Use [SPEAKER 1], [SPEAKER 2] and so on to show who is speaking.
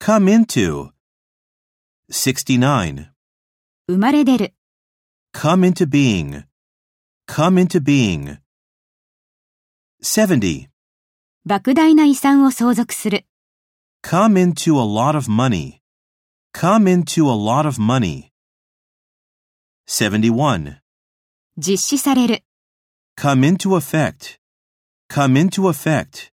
[SPEAKER 1] Come into. 69.
[SPEAKER 2] 生まれ出る、
[SPEAKER 1] Come into being. Come into being. 70.
[SPEAKER 2] 莫大な遺産を相続する、
[SPEAKER 1] Come into a lot of money. Come into a lot of money. 71.
[SPEAKER 2] 実施される。
[SPEAKER 1] Come into effect. Come into effect.